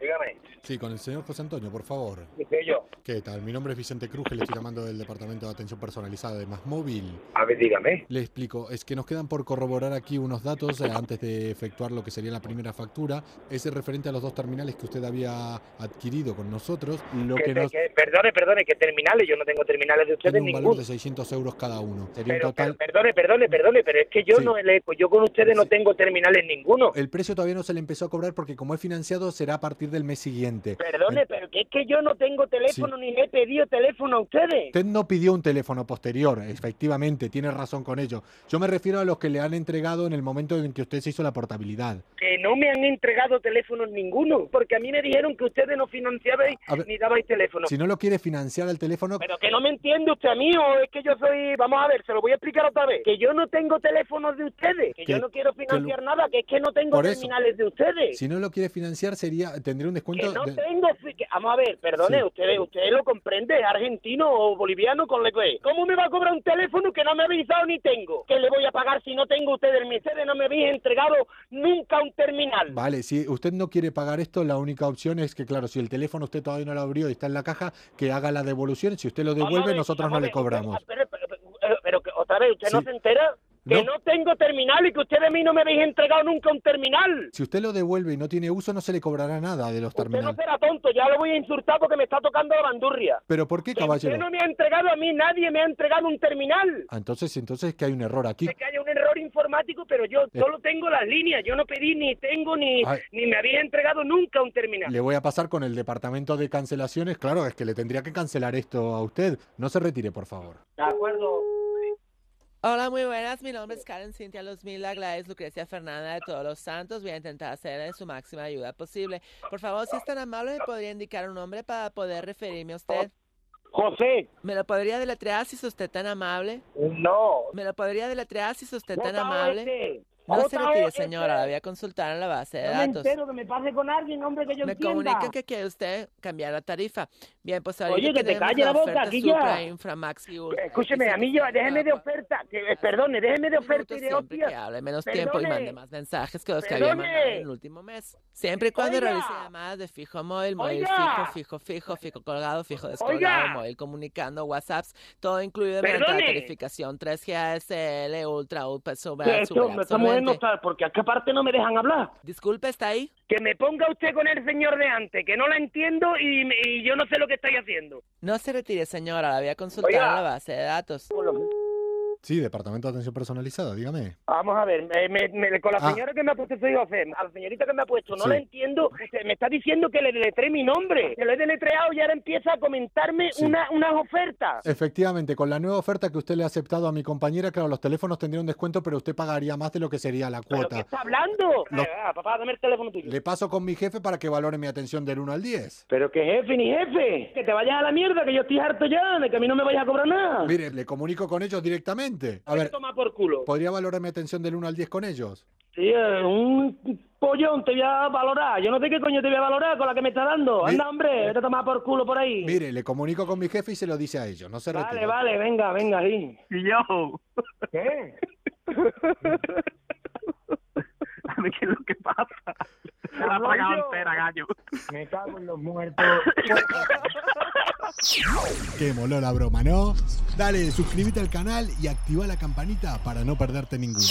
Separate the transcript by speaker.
Speaker 1: Dígame,
Speaker 2: Sí, con el señor José Antonio, por favor.
Speaker 1: dice yo.
Speaker 2: ¿Qué tal? Mi nombre es Vicente Cruz, que le estoy llamando del Departamento de Atención Personalizada de Más Móvil.
Speaker 1: A ver, dígame.
Speaker 2: Le explico, es que nos quedan por corroborar aquí unos datos eh, antes de efectuar lo que sería la primera factura. Es referente a los dos terminales que usted había adquirido con nosotros, lo
Speaker 1: Que
Speaker 2: que
Speaker 1: te-
Speaker 2: nos
Speaker 1: que- perdone, perdone, que terminales, yo no tengo terminales de
Speaker 2: tiene
Speaker 1: ustedes
Speaker 2: un valor
Speaker 1: ninguno.
Speaker 2: de 600 euros cada uno. Sería
Speaker 1: Pero,
Speaker 2: un
Speaker 1: pero
Speaker 2: total...
Speaker 1: perdone, perdone, perdone, pero es que yo
Speaker 2: Sí.
Speaker 1: no le, yo con ustedes no
Speaker 2: Sí. Eh,
Speaker 1: tengo terminales ninguno.
Speaker 2: El precio todavía no se le empezó a cobrar porque como es financiado será a partir del mes siguiente.
Speaker 1: Perdone,
Speaker 2: El-
Speaker 1: pero que es que yo no tengo teléfono ni le he pedido teléfono a ustedes.
Speaker 2: Usted no pidió un teléfono posterior, efectivamente, tiene razón con ello. Yo me refiero a los que le han entregado en el momento en que usted se hizo la portabilidad.
Speaker 1: Que no me han entregado teléfonos ninguno, porque a mí me dijeron que ustedes no financiabais
Speaker 2: A ver,
Speaker 1: ni dabais teléfono.
Speaker 2: Si no lo quiere financiar al teléfono,
Speaker 1: Pero que no me entiende usted a mí, o es que yo soy. Vamos a ver, se lo voy a explicar otra vez. Que yo no tengo teléfonos de ustedes, que,
Speaker 2: Que-
Speaker 1: yo no quiero
Speaker 2: que lo-
Speaker 1: financiar nada, que es que no tengo
Speaker 2: Por eso.
Speaker 1: terminales de ustedes.
Speaker 2: si no lo quiere financiar sería tendría un
Speaker 1: Que
Speaker 2: descuento
Speaker 1: no
Speaker 2: de-
Speaker 1: tengo. fi- que- vamos a ver, perdone,
Speaker 2: Sí.
Speaker 1: usted, usted lo comprende, es argentino o boliviano con le que. ¿Cómo me va a cobrar un teléfono que no me ha avisado ni tengo? ¿Qué le voy a pagar si no tengo usted el Mercedes? No me habéis entregado nunca un terminal.
Speaker 2: Vale, si usted no quiere pagar esto, la única opción es que, claro, si el teléfono usted todavía no lo abrió y está en la caja, que haga la devolución. Si usted lo
Speaker 1: Vamos a
Speaker 2: devuelve,
Speaker 1: ver,
Speaker 2: nosotros no
Speaker 1: vamos a
Speaker 2: le
Speaker 1: ver,
Speaker 2: cobramos.
Speaker 1: Pero, pero- pero- eh, pero que otra vez, ¿usted no
Speaker 2: Sí.
Speaker 1: se entera? Que no.
Speaker 2: No.
Speaker 1: tengo terminal y que ustedes a mí no me habéis entregado nunca un terminal.
Speaker 2: Si usted lo devuelve y no tiene uso, no se le cobrará nada de los
Speaker 1: Usted no
Speaker 2: terminales.
Speaker 1: será tonto, ya lo voy a insultar porque me está tocando la bandurria.
Speaker 2: Pero ¿por qué,
Speaker 1: Que Usted no
Speaker 2: caballero?
Speaker 1: me ha entregado a mí, nadie me ha entregado un terminal.
Speaker 2: Ah, Entonces, entonces que hay un error aquí.
Speaker 1: Sé que haya un error informático, pero yo solo tengo las líneas. Yo no pedí ni tengo ni,
Speaker 2: Eh. Ay.
Speaker 1: ni me habéis entregado nunca un terminal.
Speaker 2: Le voy a pasar con el departamento de cancelaciones. Claro, es que le tendría que cancelar esto a usted. No se retire, por favor.
Speaker 1: De acuerdo.
Speaker 3: Hola, muy buenas. Mi nombre
Speaker 1: Eh.
Speaker 3: es Karen Cintia Luz Mila Gladys Lucrecia Fernanda de Todos los Santos. Voy a intentar hacerle su máxima ayuda posible. Por favor, si es tan amable, ¿me podría indicar un nombre para poder referirme a usted?
Speaker 1: José,
Speaker 3: ¿Me lo podría deletrear si es usted tan amable?
Speaker 1: no.
Speaker 3: ¿Me lo podría deletrear si es usted tan
Speaker 1: J.O.S..
Speaker 3: amable? No se retire,
Speaker 1: J.O.S..
Speaker 3: señora. La voy a consultar en la base de
Speaker 1: No me
Speaker 3: datos.
Speaker 1: entero que me pase con alguien, hombre, que yo
Speaker 3: Me
Speaker 1: entienda.
Speaker 3: comunican que quiere usted cambiar la tarifa. Bien, pues ahorita
Speaker 1: Oye, que te
Speaker 3: tenemos
Speaker 1: calle la boca,
Speaker 3: oferta
Speaker 1: aquí ya.
Speaker 3: Supra, Infra, Max y Ultra.
Speaker 1: Pues, Escúcheme,
Speaker 3: Dice
Speaker 1: a mí
Speaker 3: que
Speaker 1: yo,
Speaker 3: está
Speaker 1: déjeme de
Speaker 3: cada cuatro
Speaker 1: oferta, que, eh, perdone, déjeme de oferta
Speaker 3: minutos
Speaker 1: y de
Speaker 3: siempre que
Speaker 1: hostias.
Speaker 3: hable menos tiempo y
Speaker 1: Perdone.
Speaker 3: mande más mensajes que los que había mandado en
Speaker 1: Perdone.
Speaker 3: el último mes. Siempre y cuando
Speaker 1: Oiga.
Speaker 3: realice llamadas de fijo móvil, móvil
Speaker 1: Oiga.
Speaker 3: fijo, fijo, fijo, fijo colgado, fijo descolgado,
Speaker 1: Oiga.
Speaker 3: móvil comunicando, WhatsApps, todo incluido mediante la
Speaker 1: Perdone.
Speaker 3: tarificación 3G ASL, Ultra, Ultra, Super,
Speaker 1: Que esto,
Speaker 3: Super,
Speaker 1: no esta mujer no
Speaker 3: absorbente.
Speaker 1: sabe, porque acá aparte no me dejan hablar.
Speaker 3: Disculpe, ¿está ahí?
Speaker 1: Que me ponga usted con el señor de antes, que no la entiendo y, me- y yo no sé lo que estáis haciendo.
Speaker 3: No se retire, señora, la voy a consultar
Speaker 1: Oiga.
Speaker 3: en la base de datos.
Speaker 2: Sí, departamento de atención personalizada, dígame.
Speaker 1: Vamos a ver, me- me- me- con la
Speaker 2: Ah.
Speaker 1: señora que me ha puesto, soy José, a la señorita que me ha puesto, no
Speaker 2: Sí.
Speaker 1: la entiendo, Usted me está diciendo que le deletré mi nombre, que lo he deletreado y ahora empieza a comentarme
Speaker 2: Sí. Eh,
Speaker 1: una, unas ofertas.
Speaker 2: Efectivamente, con la nueva oferta que usted le ha aceptado a mi compañera, claro, los teléfonos tendrían un descuento, pero usted pagaría más de lo que sería la
Speaker 1: ¿Pero qué
Speaker 2: cuota.
Speaker 1: está hablando?
Speaker 2: Lo-
Speaker 1: Ah, papá, dame el teléfono tuyo.
Speaker 2: Le paso con mi jefe para que valore mi atención del 1 al 10.
Speaker 1: Pero que jefe ni jefe, que te vayas a la mierda, que yo estoy harto ya, de que a mí no me vayas a cobrar nada.
Speaker 2: Mire, le comunico con ellos directamente. A
Speaker 1: Vete
Speaker 2: ver,
Speaker 1: toma por culo.
Speaker 2: ¿podría valorar mi atención del 1 al 10 con ellos?
Speaker 1: Sí, eh, un pollón te voy a valorar. Yo no sé qué coño te voy a valorar con la que me está dando.
Speaker 2: Mi-
Speaker 1: Anda, hombre, vete a tomar por culo por ahí.
Speaker 2: Mire, le comunico con mi jefe y se lo dice a ellos. No se
Speaker 1: vale,
Speaker 2: retire.
Speaker 1: vale, venga, venga, ahí.
Speaker 4: Yo,
Speaker 1: ¿Qué?
Speaker 4: a ver qué es lo que pasa. Se la ha pagado entera, gallo.
Speaker 1: Me cago en los muertos.
Speaker 2: Que moló la broma, ¿no? Dale, suscríbete al canal y activa la campanita para no perderte ninguno.